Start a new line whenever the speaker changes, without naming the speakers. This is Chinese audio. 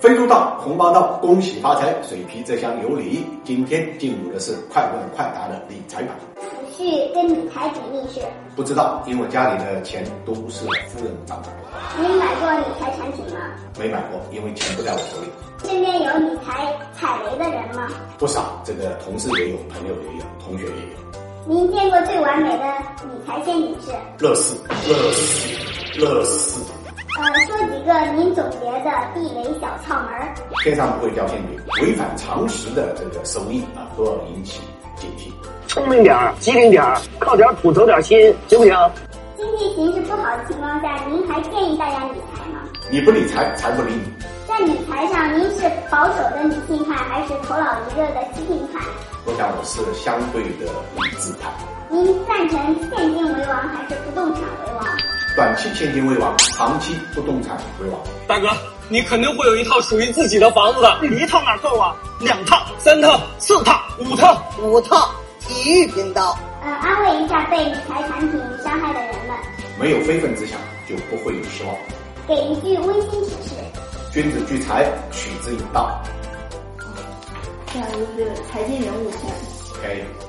飞猪道、红包道，恭喜发财，水皮这箱有礼。今天进入的是快问快答的理财版，
储蓄跟理财比例是？
不知道，因为家里的钱都不是夫人掌管，
你买过理财产品吗？
没买过，因为钱不在我手里。
身边有理财踩雷的人吗？
不少，这个同事也有，朋友也有，同学也有。
您见过最完美的理财陷阱是？
乐视，乐视，乐视，
呃，说几个您总结的避雷小窍门儿。
天上不会掉馅饼，违反常识的这个收益啊，都要引起警惕。
聪明点儿，机灵点儿，靠点儿谱，走点儿心，行不行？
经济形势不好的情况下，您还建议大家理财吗？
你不理财，财不理你。
在理财上，您是保守的理性派，还是头脑一热的激进派？
我想我是相对的理智派，
您赞成现金为王，还是不动产为王？
短期现金为王，长期不动产为王。
大哥，你肯定会有一套属于自己的房子的，
一套哪够啊？两套，
三套、四套、五套。
五套体育频道。
呃，安慰一下被理财产品伤害的人们，
没有非分之想，就不会有失望。
给一句温馨提示。
君子聚财，取之以道。
第二个就是财经人物篇。
OK，